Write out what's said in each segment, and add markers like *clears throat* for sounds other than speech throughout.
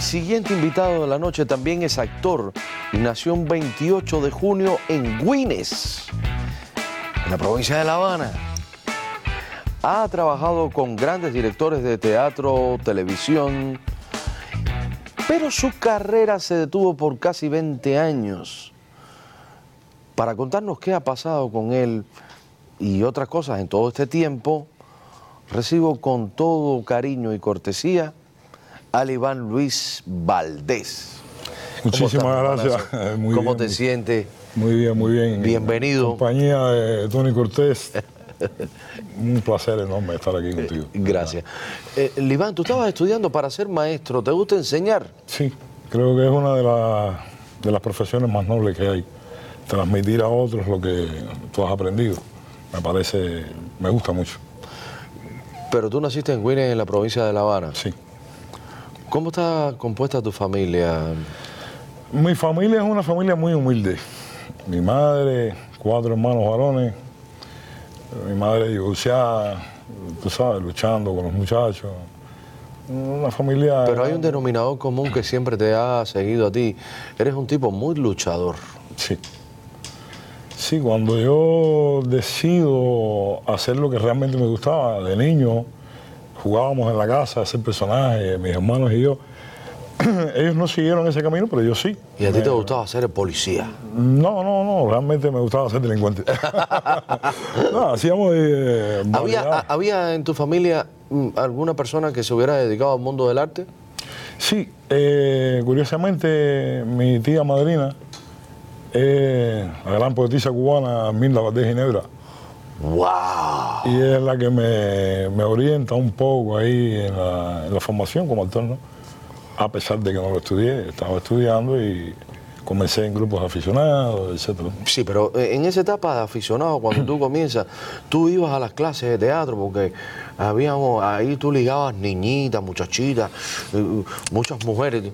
siguiente invitado de la noche también es actor y nació el 28 de junio en Güines, en la provincia de La Habana. Ha trabajado con grandes directores de teatro, televisión, pero su carrera se detuvo por casi 20 años. Para contarnos qué ha pasado con él y otras cosas en todo este tiempo, recibo con todo cariño y cortesía al Iván Luis Valdés. Muchísimas gracias. *laughs* Muy eh. ¿Cómo bien, te muy, sientes? Muy bien, muy bien. Bienvenido. En compañía de Tony *laughs* Cortés. Un placer enorme estar aquí contigo. Gracias. Eh, Iván, tú estabas estudiando para ser maestro. ¿Te gusta enseñar? Sí, creo que es una de, la, de las profesiones más nobles que hay. Transmitir a otros lo que tú has aprendido. Me parece, me gusta mucho. Pero tú naciste en Guinea, en la provincia de La Habana. Sí. ¿Cómo está compuesta tu familia? Mi familia es una familia muy humilde. Mi madre, cuatro hermanos varones, mi madre divorciada, tú sabes, luchando con los muchachos. Una familia... Pero hay un denominador común que siempre te ha seguido a ti. Eres un tipo muy luchador. Sí. Sí, cuando yo decido hacer lo que realmente me gustaba de niño, jugábamos en la casa a hacer personajes, mis hermanos y yo. *clears throat* Ellos no siguieron ese camino, pero yo sí. ¿Y a ti te gustaba ser el policía? No, no, no, realmente me gustaba ser delincuente. no, hacíamos... Eh, ¿Había, ¿Había, en tu familia mm, alguna persona que se hubiera dedicado al mundo del arte? Sí, eh, curiosamente mi tía madrina es la gran poetisa cubana Milda Valdés Ginebra. ¡Wow! Y es la que me, me orienta un poco ahí en la, en la, formación como actor, ¿no? A pesar de que no lo estudié, estaba estudiando y comencé en grupos aficionados, etc. Sí, pero eh, en esa etapa de aficionado, cuando tú comienzas, tú ibas a las clases de teatro porque habíamos, ahí tú ligabas niñitas, muchachitas, eh, muchas mujeres.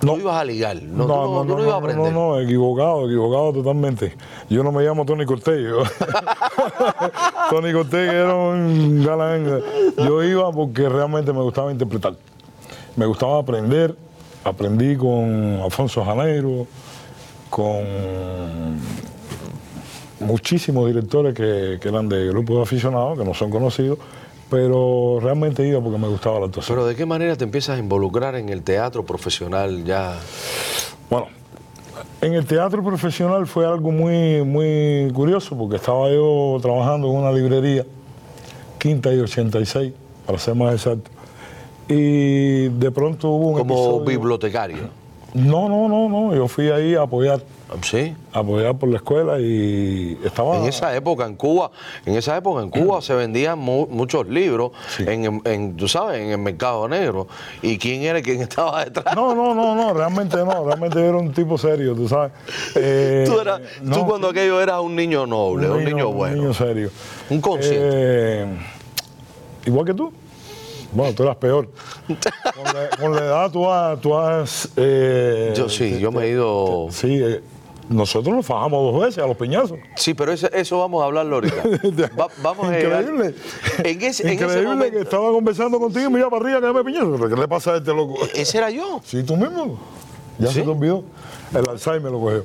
No ibas a ligar, no, no, tú, no, tú no, no, ibas a aprender. No, no, equivocado, equivocado totalmente. Yo no me llamo Tony Cortés. Yo. *laughs* Tony Cortés era un galán. Yo iba porque realmente me gustaba interpretar. Me gustaba aprender. Aprendí con Alfonso Janeiro, con muchísimos directores que, que eran de grupos de aficionados, que no son conocidos, pero realmente iba porque me gustaba la actuación. Pero ¿de qué manera te empiezas a involucrar en el teatro profesional ya? Bueno, en el teatro profesional fue algo muy, muy curioso porque estaba yo trabajando en una librería, Quinta y 86, para ser más exacto, y de pronto hubo un Como episodio... bibliotecario. No, no, no, no, yo fui ahí a apoyar. Sí. Apoyar por la escuela y estaba. En esa época en Cuba, en esa época en Cuba se vendían mu muchos libros Sí. en, en, tú sabes, en el mercado negro. ¿Y quién era quien *laughs* estaba detrás? No, no, no, no, realmente no, realmente yo era un tipo serio, tú sabes. Eh, *laughs* tú, eras- tú no, cuando aquello eras un niño noble, un niño, bueno, Un niño serio. un consciente. Eh, igual que tú. Bueno, tú eras peor. Con la, con la edad tú has. tú has, eh, yo sí, yo me he ido. Sí, eh, nosotros nos fajamos dos veces a los piñazos. Sí, pero eso, eso vamos a hablarlo *laughs* ahorita. Va- vamos a llegar- Increíble. En ese, en ese Increíble que momento- estaba conversando contigo y mira para arriba que me piñazo. ¿Qué le pasa a este loco? ese era yo. Sí, tú mismo. Ya Eh, ¿Sí? se te olvidó. El Alzheimer lo cogió.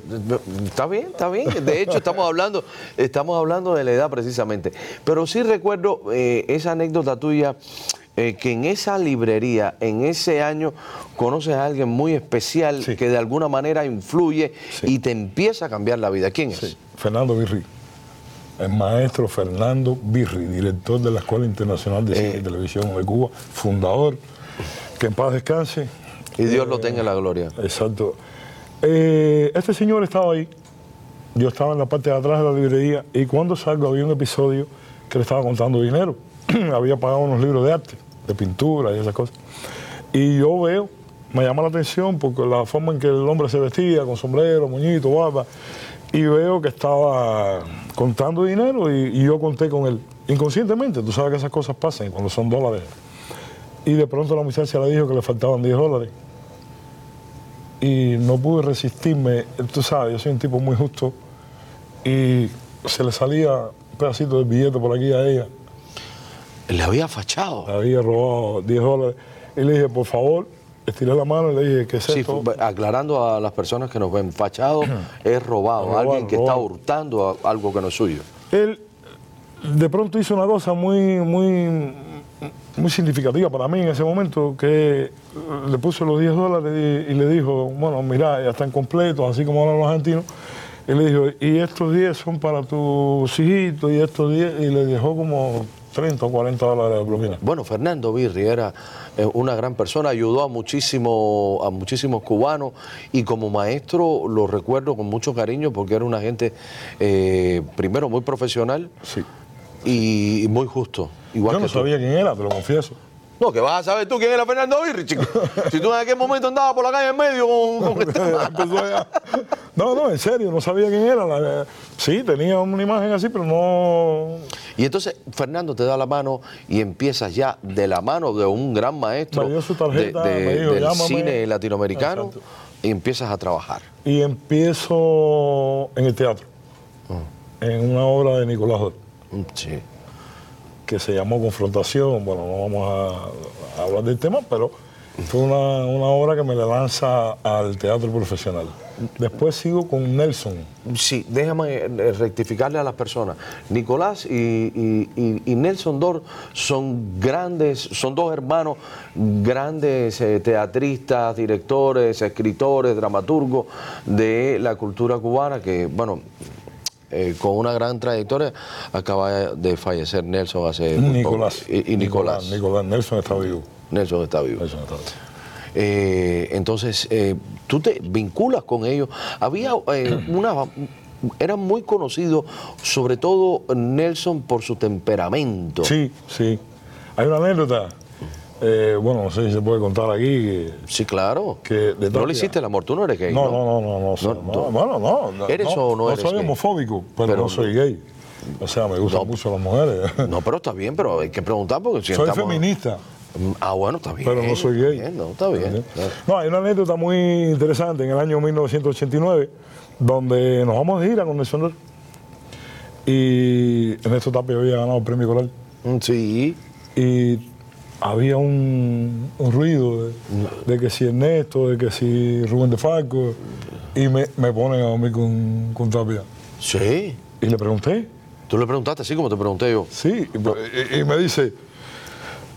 Está bien, está bien. De hecho, estamos hablando, estamos hablando de la edad precisamente. Pero sí recuerdo eh, esa anécdota tuya, eh, que en esa librería, en ese año, conoces a alguien muy especial Sí. que de alguna manera influye Sí. y te empieza a cambiar la vida. ¿Quién es? Sí, Fernando Birri. El maestro Fernando Birri, director de la Escuela Internacional de Cine y Televisión de Cuba, fundador. Que en paz descanse. Y Dios lo tenga en la gloria. Exacto. Eh, este señor estaba ahí. Yo estaba en la parte de atrás de la librería y cuando salgo había un episodio que le estaba contando dinero. *clears throat* había pagado unos libros de arte, de pintura y esas cosas. Y yo veo, me llama la atención porque la forma en que el hombre se vestía, con sombrero, moñito, barba, y veo que estaba contando dinero y, y yo conté con él. Inconscientemente, tú sabes que esas cosas pasan cuando son dólares. Y de pronto la muchacha le dijo que le faltaban 10 dólares y no pude resistirme. Tú sabes, yo soy un tipo muy justo y se le salía un pedacito de billete por aquí a ella. Le había fachado. Le había robado 10 dólares y le dije, por favor, estiré la mano y le dije, ¿qué es Sí, esto? fue- aclarando a las personas que nos ven, *clears throat* fachado es robado, Robado, alguien que robado. está hurtando a- algo que no es suyo. Él de pronto hizo una cosa muy, muy, muy significativa para mí en ese momento, que le puso los 10 dólares y, y le dijo, bueno, mira, ya están completos, así como hablan los argentinos. Y le dijo, y estos 10 son para tus hijitos, y estos 10, y le dejó como 30 o 40 dólares de propina. Bueno, Fernando Birri era eh, una gran persona, ayudó a, muchísimo, a muchísimos cubanos y como maestro lo recuerdo con mucho cariño porque era una gente, eh, primero, muy profesional Sí. y muy justo. Igual Yo que no tú. sabía quién era, te lo *laughs* confieso. *laughs* No, que vas a saber tú quién era Fernando Birri, chico. si tú en aquel momento andabas por la calle en medio con... *laughs* con- Empezó ya. No, no, en serio, no sabía quién era. La- eh, Sí, tenía una imagen así, pero no... Y entonces Fernando te da la mano y empiezas ya de la mano de un gran maestro Me dio su tarjeta, de- de- me dijo, del "Llámame". cine latinoamericano Exacto. y empiezas a trabajar. y empiezo en el teatro, en una obra de Nicolás Dor, Mm, Sí. que se llamó Confrontación. Bueno, no vamos a, a hablar del tema, pero fue una, una obra que me la lanza al teatro profesional. Después sigo con Nelson. Sí, déjame eh, rectificarle a las personas. Nicolás y, y- y- y Nelson Dor son grandes, son dos hermanos, grandes eh, teatristas, directores, escritores, dramaturgos de la cultura cubana que, bueno, eh, con una gran trayectoria, acaba de fallecer Nelson hace... muy poco. Nicolás. Y, y Nicolás. Nicolás, Nelson está vivo. Nelson está vivo. Nelson está vivo. Eh, entonces, eh, tú te vinculas con ellos. Había eh, *clears throat* una. Era muy conocido, sobre todo Nelson, por su temperamento. Sí, sí. Hay una anécdota, eh, bueno, no sé si se puede contar aquí, que- Sí, claro. Que de no Tapia. le hiciste el amor, tú no eres gay. No, no, no, no, no, No, no, no. bueno, no, no. ¿Eres o no eres soy gay? homofóbico, pero, Pero- no soy gay. O sea, me gustan No. mucho *laughs* las mujeres. No, pero está bien, pero hay que preguntar porque si soy estamos- feminista, Ah, bueno, está bien. pero no soy gay. Está bien, no, está bien. No, hay una anécdota muy interesante en el año 1989, donde nos vamos de gira con Nelson Lor. Y Ernesto Tapia había ganado el premio Coral. Mm, Sí. y había un, un ruido de, de que si Ernesto, de que si Rubén de Falco, y me, me ponen a dormir con, con Tapia. Sí. Y le pregunté, Tú le preguntaste así como te pregunté yo. sí, y, y- y me dice,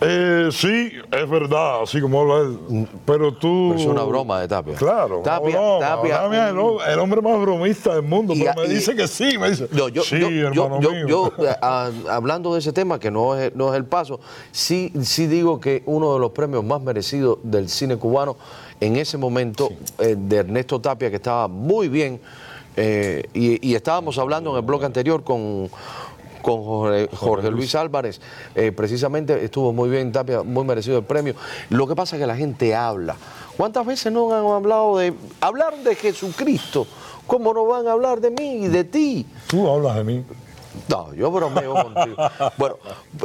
"Eh, sí, es verdad, así como habla él, pero tú... Mm. Pero es una broma de Tapia. Claro, una Tapia, broma. Tapia, Tapia es el, hom- el hombre más bromista del mundo, Y pero a- me y- dice que sí, me dice, No, yo, sí, yo, yo- hermano yo- mío. yo, eh, ah, hablando de ese tema, que no es, no es el paso, sí, sí digo que uno de los premios más merecidos del cine cubano en ese momento, eh, de Ernesto Tapia, que estaba muy bien, eh, y, y estábamos hablando en el bloque anterior con, con Jorge, Jorge Luis Álvarez, eh, precisamente estuvo muy bien Tapia, muy merecido el premio. Lo que pasa es que la gente habla. ¿Cuántas veces no han hablado de... Hablar de Jesucristo? ¿Cómo no van a hablar de mí y de ti? Tú hablas de mí. No, yo bromeo contigo. Bueno,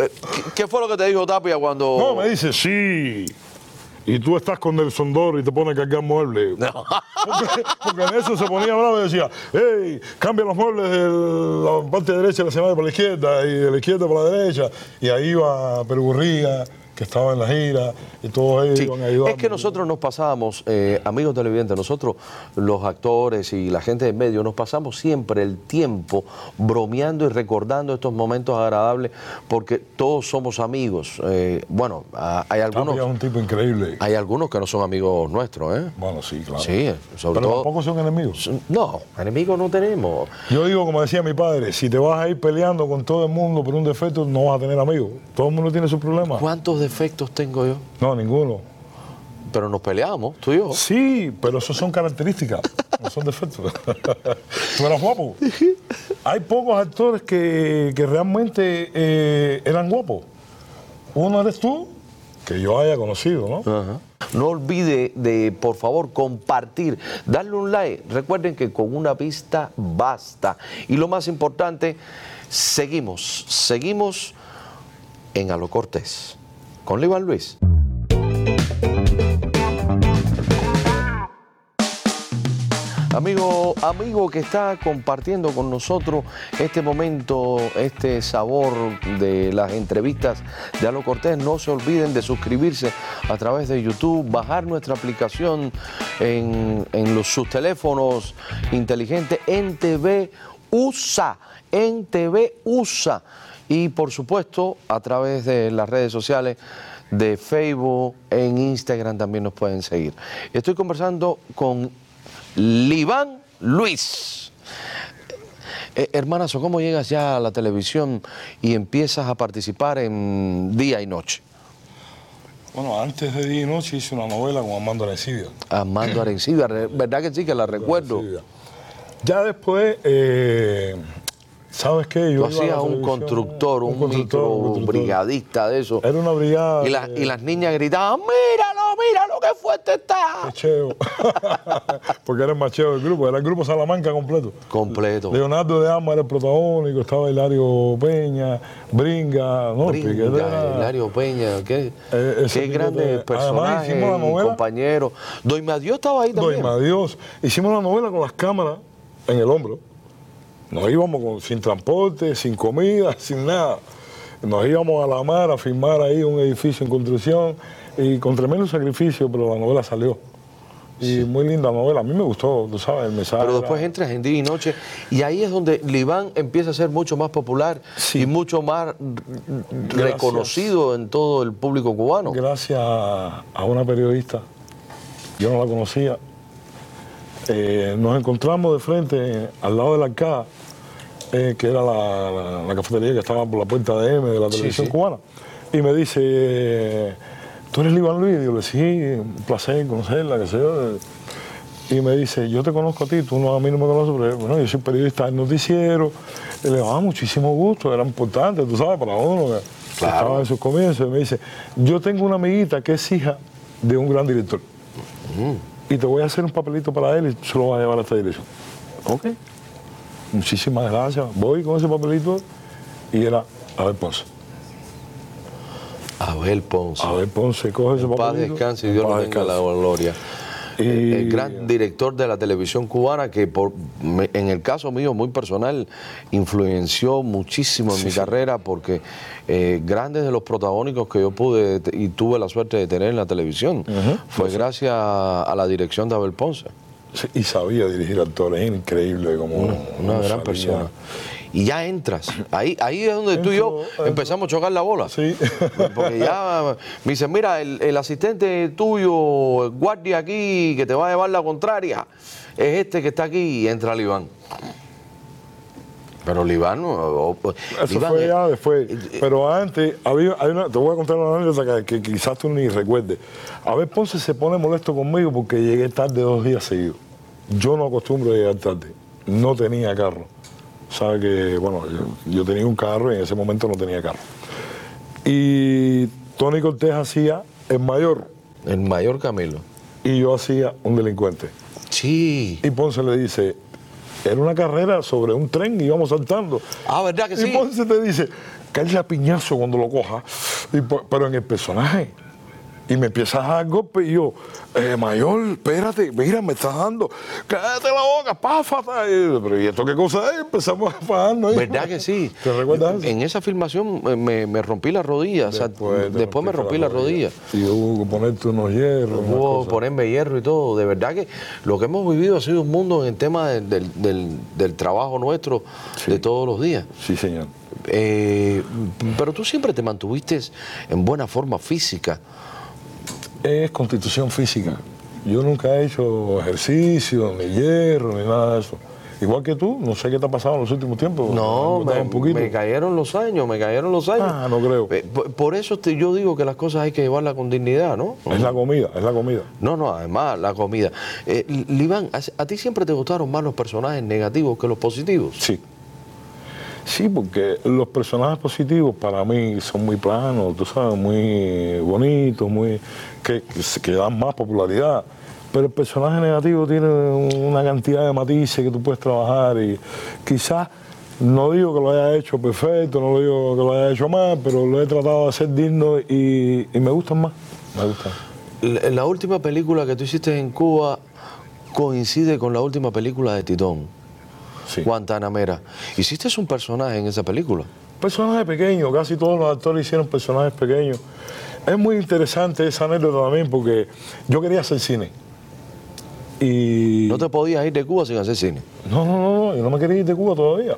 eh, ¿qué- ¿qué fue lo que te dijo Tapia cuando.? No, me dice, sí. Y tú estás con Nelson Dor y te pones a cargar muebles. Porque, porque en eso se ponía bravo y decía, hey, cambia los muebles de la parte derecha de la semana para la izquierda y de la izquierda para la derecha. Y ahí iba Perugurría, que estaba en la gira, y todos ellos Sí, iban a ayudar. Es que nosotros nos pasábamos, eh, amigos televidentes, nosotros los actores y la gente del medio, nos pasamos siempre el tiempo bromeando y recordando estos momentos agradables porque todos somos amigos. Eh, bueno, ah, hay Tapia es algunos, un tipo increíble. hay algunos que no son amigos nuestros, ¿eh? Bueno, sí, claro. Sí, sobre Pero todo. tampoco son enemigos. No, enemigos no tenemos. Yo digo, como decía mi padre, si te vas a ir peleando con todo el mundo por un defecto, no vas a tener amigos. Todo el mundo tiene sus problemas. ¿Cuántos defectos tengo yo? No, ninguno. Pero nos peleamos, tú y yo. Sí, pero eso son características, no son defectos. *laughs* Tú eras guapo. Hay pocos actores que, que realmente eh, eran guapos. Uno eres tú, que yo haya conocido, ¿no? Ah. No olvide de, por favor, compartir, darle un like. Recuerden que con una vista basta. Y lo más importante, seguimos, seguimos en A lo Cortés. Con Líban Luis. Amigo, amigo que está compartiendo con nosotros este momento, este sabor de las entrevistas de Alo Cortés, no se olviden de suscribirse a través de YouTube, bajar nuestra aplicación en, en los- sus teléfonos inteligentes en TV USA, en TV USA y por supuesto a través de las redes sociales de Facebook, en Instagram también nos pueden seguir. Estoy conversando con Liván Luis. Eh, hermanazo, ¿cómo llegas ya a la televisión y empiezas a participar en día y noche? Bueno, antes de día y noche hice una novela con Armando Arecidia. Armando Arencibia, re- ¿verdad que sí que la recuerdo? Ya después, eh, ¿sabes qué? Tú Yo iba a la hacías un televisión, constructor, un, constructor, un micro constructor. brigadista de eso. Era una brigada. Y, la- de- y las niñas gritaban, míralo, míralo, qué fuerte está. Macheo. *laughs* Porque era el macheo del grupo, era el grupo Salamanca completo. Completo. Leonardo de Ama era el protagónico, estaba Hilario Peña, Bringa, no, Brinca, Piquet era- Hilario Peña, qué, Eh, ese qué tipo grande de- Además, personaje, hicimos la novela. compañero. Doimadio estaba ahí también. Doima Dios. Hicimos la novela con las cámaras en el hombro. Nos íbamos con- sin transporte, sin comida, *laughs* sin nada. Nos íbamos a la mar a firmar ahí un edificio en construcción y con tremendo sacrificio, pero la novela salió. Y muy linda novela. A mí me gustó, tú sabes, el mensaje. Pero era- después entras en día y noche y ahí es donde Libán empieza a ser mucho más popular Sí. y mucho más reconocido en todo el público cubano. Gracias a a una periodista, yo no la conocía, eh, nos encontramos de frente eh, al lado de la arcada, eh, que era la, la- la cafetería que estaba por la puerta de M de la televisión sí. cubana, y me dice, eh, ¿tú eres Iván Luis? Y yo le sí, un placer conocerla, que sé yo. Y me dice, yo te conozco a ti, tú no, a mí no me conoces, pero bueno, yo soy periodista del noticiero. Y le digo, ah, muchísimo gusto, era importante, tú sabes, para uno. que Claro. Estaba en sus comienzos. Y me dice, yo tengo una amiguita que es hija de un gran director. Y te voy a hacer un papelito para él y se lo vas a llevar a esta dirección. Ok. Muchísimas gracias. Voy con ese papelito y era, a ver, Ponce. Abel Ponce. A ver, Ponce, coge ese En paz papelito. descanse y En Dios lo Ah, paz tenga la descanse. gloria. Y- El, el gran director de la televisión cubana que por, me- en el caso mío muy personal influenció muchísimo en mi carrera porque eh, grandes de los protagónicos que yo pude te- y tuve la suerte de tener en la televisión fue Pues gracias a, a la dirección de Abel Ponce, Sí, Y sabía dirigir actores, es increíble como una gran persona. Y ya entras, ahí, ahí es donde tú y yo Entro, entro. empezamos a chocar la bola. Sí. *laughs* Porque ya me dicen, mira, el, el asistente tuyo, el guardia aquí, que te va a llevar la contraria, es este que está aquí y entra Libán. Pero oh, Libán no. o- o- Eso Libán, fue eh, ya después. eh, eh, Pero antes, había, hay una- te voy a contar una anécdota que, que quizás tú ni recuerdes. A ver, Ponce se pone molesto conmigo porque llegué tarde dos días seguidos. Yo no acostumbro a llegar tarde. No tenía carro. Sabe que, bueno, yo, yo tenía un carro y en ese momento no tenía carro. Y Tony Cortés hacía el mayor El mayor Camilo. y yo hacía un delincuente. Sí. Y Ponce le dice, era una carrera sobre un tren y íbamos saltando. Ah, ¿verdad que Y sí? Ponce te dice, cállate a piñazo cuando lo coja, Y po- pero en el personaje. Y me empiezas a dar golpe y yo, eh, mayor, espérate, mira, me estás dando, cállate la boca, páfata. Y yo, pero ¿y esto qué cosa es? Empezamos a fajarnos. ahí. ¿Verdad que sí? ¿Te recuerdas? En esa filmación eh, me, me rompí la rodilla. o sea, te Después, me rompí la rodilla. Y hubo que ponerte unos hierros. unas Hubo cosas. ponerme hierro y todo. De verdad que lo que hemos vivido ha sido un mundo en el tema del, del- del- del trabajo nuestro de todos los días. Sí, señor. Eh, pero tú siempre te mantuviste en buena forma física. Es constitución física. Yo nunca he hecho ejercicio, ni hierro, ni nada de eso. Igual que tú, no sé qué te ha pasado en los últimos No, tiempos. me, me, han engordado un poquito. me cayeron los años, me cayeron los años. Ah, no creo. Eh, por, por eso te- yo digo que las cosas hay que llevarlas con dignidad, ¿no? Es la comida, es la comida. No, no, además la comida. Eh, Liván, ¿a, a ti siempre te gustaron más los personajes negativos que los positivos? Sí. Sí, porque los personajes positivos para mí son muy planos, tú sabes, muy bonitos, muy que, que se- que dan más popularidad. Pero el personaje negativo tiene una cantidad de matices que tú puedes trabajar y quizás no digo que lo haya hecho perfecto, no digo que lo haya hecho mal, pero lo he tratado de hacer digno y, y me gustan más. Me gustan. La, la última película que tú hiciste en Cuba, coincide con la última película de Titón, Sí. Guantanamera. Hiciste un personaje en esa película. Personaje pequeño, casi todos los actores hicieron personajes pequeños. Es muy interesante esa anécdota también porque yo quería hacer cine. Y No te podías ir de Cuba sin hacer cine. no, no, no, no, yo no me quería ir de Cuba todavía.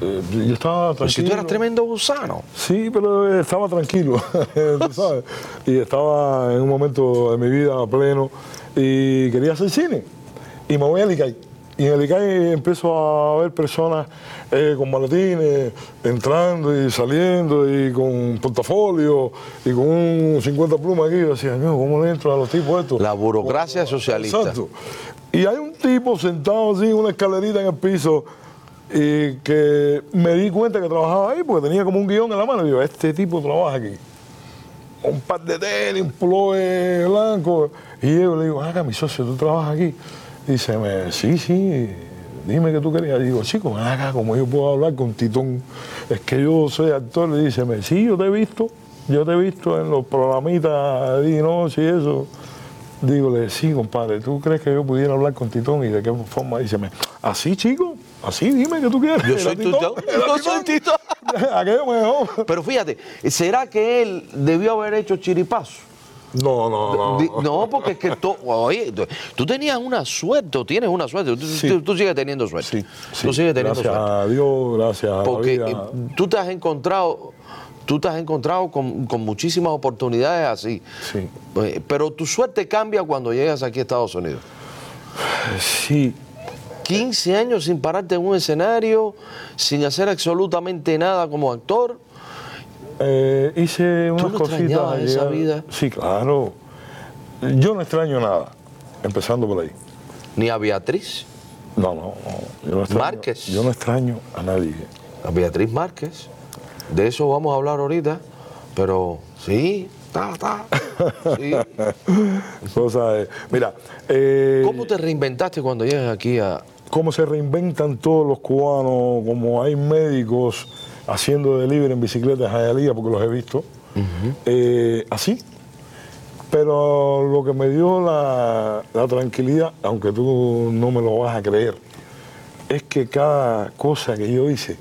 Eh, yo estaba tranquilo. Pero si tú eras tremendo gusano. Sí, pero eh, estaba tranquilo, *laughs* tú sabes. Y estaba en un momento de mi vida pleno y quería hacer cine. Y me voy a Licay. Y en el Icay empiezo a ver personas eh, con maletines, entrando y saliendo, y con portafolio, y con un 50 plumas aquí. Yo decía, no, ¿cómo le entro a los tipos estos? La burocracia socialista. Exacto. Y hay un tipo sentado así en una escalerita en el piso y que me di cuenta que trabajaba ahí porque tenía como un guión en la mano. Y yo, este tipo trabaja aquí. Un par de tenis, un ploe blanco. Y yo le digo, acá mi socio, ¿tú trabajas aquí? Dice, me, sí, sí, dime que tú querías. Y digo, chico, ven acá, como yo puedo hablar con Titón, es que yo soy actor. Le dice, me, sí, yo te he visto, yo te he visto en los programitas de día y noche y eso. Digo, le sí, compadre, ¿tú crees que yo pudiera hablar con Titón y de qué forma? Dice, me, así, chico, así, dime que tú quieres. Yo Era soy Titón. *laughs* era Yo soy Titón. *laughs* Aquello me dejó. Pero fíjate, ¿será que él debió haber hecho chiripazo? No, no, no. Di- No, porque es que tú, oye, tú, tú tenías una suerte, o tienes una suerte, tú, Sí. tú- tú sigues teniendo suerte. Sí, sí. Tú sigues teniendo gracias suerte. a Dios, gracias a la Porque vida. eh, tú te has encontrado, tú te has encontrado con, con muchísimas oportunidades así. Sí. Eh, Pero tu suerte cambia cuando llegas aquí a Estados Unidos. Sí, 15 años sin pararte en un escenario, sin hacer absolutamente nada como actor. eh, hice unas no cositas. extrañabas al esa llegar- vida? Sí, claro. Yo no extraño nada, empezando por ahí. Ni a Beatriz, No, no, no, yo no extraño- Márquez. Yo no extraño a nadie. a Beatriz Márquez. De eso vamos a hablar ahorita, pero sí, ta, *laughs* ta. Sí. Cosa de- mira, eh, ¿Cómo te reinventaste cuando llegas aquí a.? cómo se reinventan todos los cubanos, como hay médicos haciendo delivery en bicicleta en Jayalía, porque los he visto, Eh, así. Pero lo que me dio la, la tranquilidad, aunque tú no me lo vas a creer, es que cada cosa que yo hice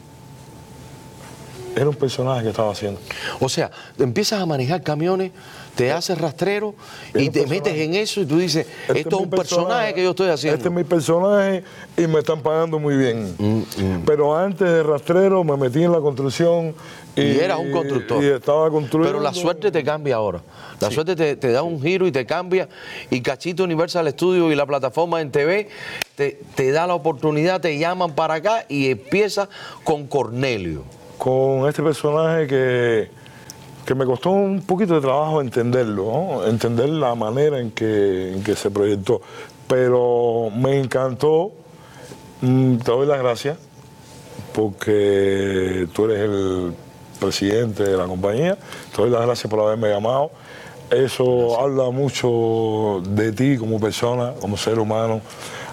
era un personaje que estaba haciendo. O sea, empiezas a manejar camiones, te haces rastrero Era y un te personaje. metes en eso y tú dices, Este esto es mi un personaje que yo estoy haciendo. Mm, Este es mi personaje y me están pagando muy bien. Pero antes de rastrero me metí en la construcción. Y, Y eras un constructor. Y estaba construyendo. Pero la suerte te cambia ahora. La suerte te, te da un giro y te cambia. Y Cachito Universal Studio y la plataforma en TV te, te da la oportunidad, te llaman para acá y empiezas con Cornelio. Con este personaje que, que me costó un poquito de trabajo entenderlo, ¿no? entender la manera en que, en que se proyectó. Pero me encantó. Mm, Te doy las gracias porque tú eres el presidente de la compañía. Te doy las gracias por haberme llamado. Eso habla mucho de ti como persona, como ser humano.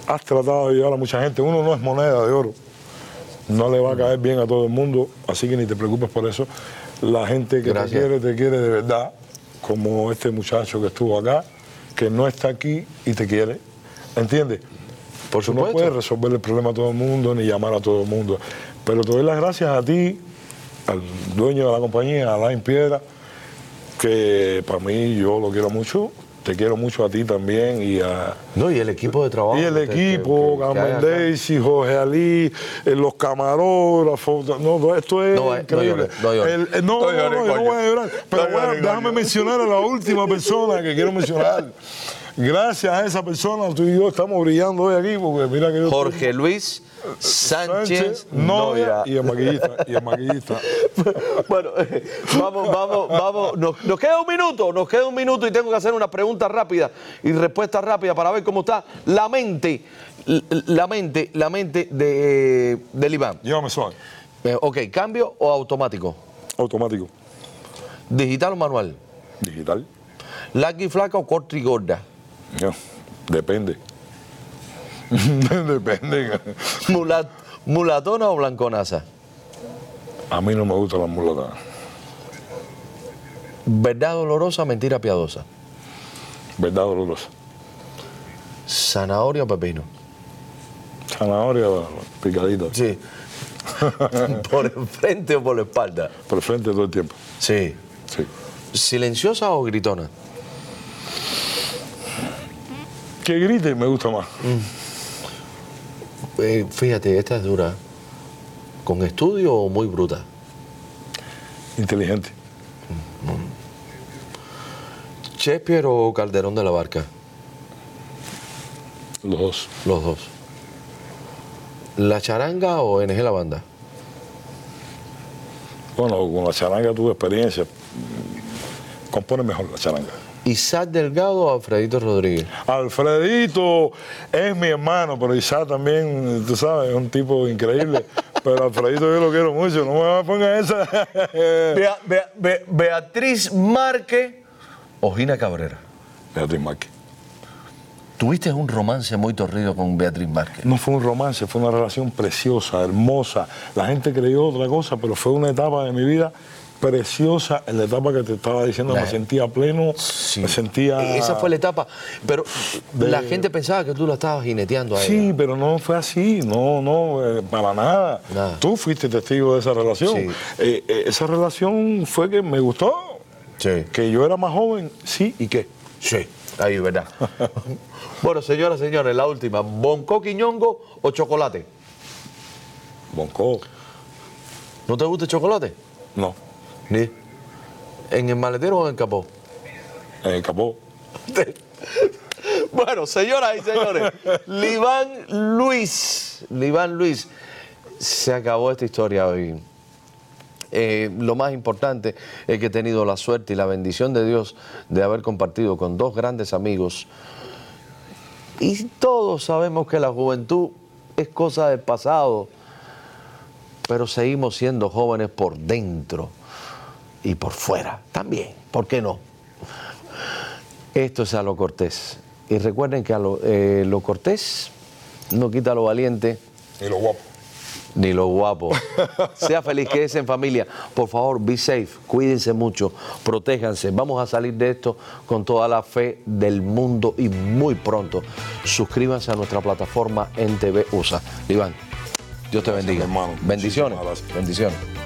Has tratado de ayudar a mucha gente. Uno no es moneda de oro. No le va a caer bien a todo el mundo, así que ni te preocupes por eso. La gente que te Gracias. quiere, te quiere de verdad, como este muchacho que estuvo acá, que no está aquí y te quiere. ¿Entiendes? Por Tú no supuesto. puedes resolver el problema a todo el mundo ni llamar a todo el mundo. Pero te doy las gracias a ti, al dueño de la compañía, a Alain Piedra, que para mí yo lo quiero mucho. Te quiero mucho a ti también y a, No, y el equipo de trabajo. y el que- que- que- equipo, que hay Carmen acá. Daisy, Jorge Ali, eh, los camarógrafos. No, no, esto es No, eh, no increíble. llores, no llores. El- eh, no, no, no, No llores, yo no coño. voy a llorar. Pero No llores, bueno, déjame coño. mencionar a la última persona que quiero mencionar. Gracias a esa persona, tú y yo estamos brillando hoy aquí, porque mira que yo. estoy- Jorge Luis Sánchez, Novia Noya. y el maquillista. Y el maquillista. *laughs* Bueno, *laughs* eh, vamos, vamos, vamos. Nos, nos queda un minuto, nos queda un minuto y tengo que hacer una pregunta rápida y respuesta rápida para ver cómo está la mente, l- la mente, la mente de, del Iván. Llévame suave. Eh, ok, ¿cambio o automático? Automático. ¿Digital o manual? Digital. ¿Larga y flaca o corta y gorda? *laughs* Ya. Depende. *laughs* Depende. Mula- ¿Mulatona o blanconaza? A mí no me gusta la mulata. ¿Verdad dolorosa, mentira piadosa? ¿Verdad, dolorosa? ¿Zanahoria o pepino? Zanahoria picadita. Sí. *laughs* ¿Por el frente o por la espalda? Por el frente todo el tiempo. Sí. Sí. ¿Silenciosa o gritona? Que grite me gusta más. Eh, fíjate, esta es dura. ¿Con estudio o muy bruta? Inteligente. ¿Shakespeare o Calderón de la Barca? Los dos. Los dos. ¿La charanga o NG La Banda? Bueno, con la charanga tuve experiencia. Compone mejor la charanga. ¿Isaac Delgado o Alfredito Rodríguez? Alfredito es mi hermano, pero Isaac también, tú sabes, es un tipo increíble. Pero Alfredito yo lo quiero mucho, no me pongas esa. Bea- Bea- Be- Beatriz Márquez o Gina Cabrera. Beatriz Márquez. Tuviste un romance muy torrido con Beatriz Márquez. No fue un romance, fue una relación preciosa, hermosa. La gente creyó otra cosa, pero fue una etapa de mi vida preciosa. En la etapa que te estaba diciendo, La- me sentía pleno, me sentía. E-, Esa fue la etapa. Pero De- la gente pensaba que tú la estabas jineteando a ella. Sí, pero no fue así, no, no, eh, para nada. Nada. Tú fuiste testigo de esa relación. Sí. Eh, eh, esa relación fue que me gustó, Sí. que yo era más joven, sí, ¿y qué? Sí, ahí, verdad. bueno, señoras, señores, la última. ¿Bonco quiñongo o chocolate? Bonco, ¿No te gusta el chocolate? no, Ni. ¿En el maletero o en el capó? en el capó. *laughs* Bueno, señoras y señores, Liván Luis, Liván Luis, se acabó esta historia hoy. Eh, lo más importante es que he tenido la suerte y la bendición de Dios de haber compartido con dos grandes amigos. Y todos sabemos que la juventud es cosa del pasado, pero seguimos siendo jóvenes por dentro y por fuera también. ¿Por qué no? Esto es a lo cortés. Y recuerden que a lo, eh, lo cortés no quita lo valiente Y lo guapo. ni lo *laughs* guapo. sea feliz, que es en familia. Por favor, be safe, cuídense mucho, protéjanse. Vamos a salir de esto con toda la fe del mundo y muy pronto. Suscríbanse a nuestra plataforma en TV USA. Iván, Dios te bendiga. hermano. Bendiciones. Muchísimas gracias. Bendiciones.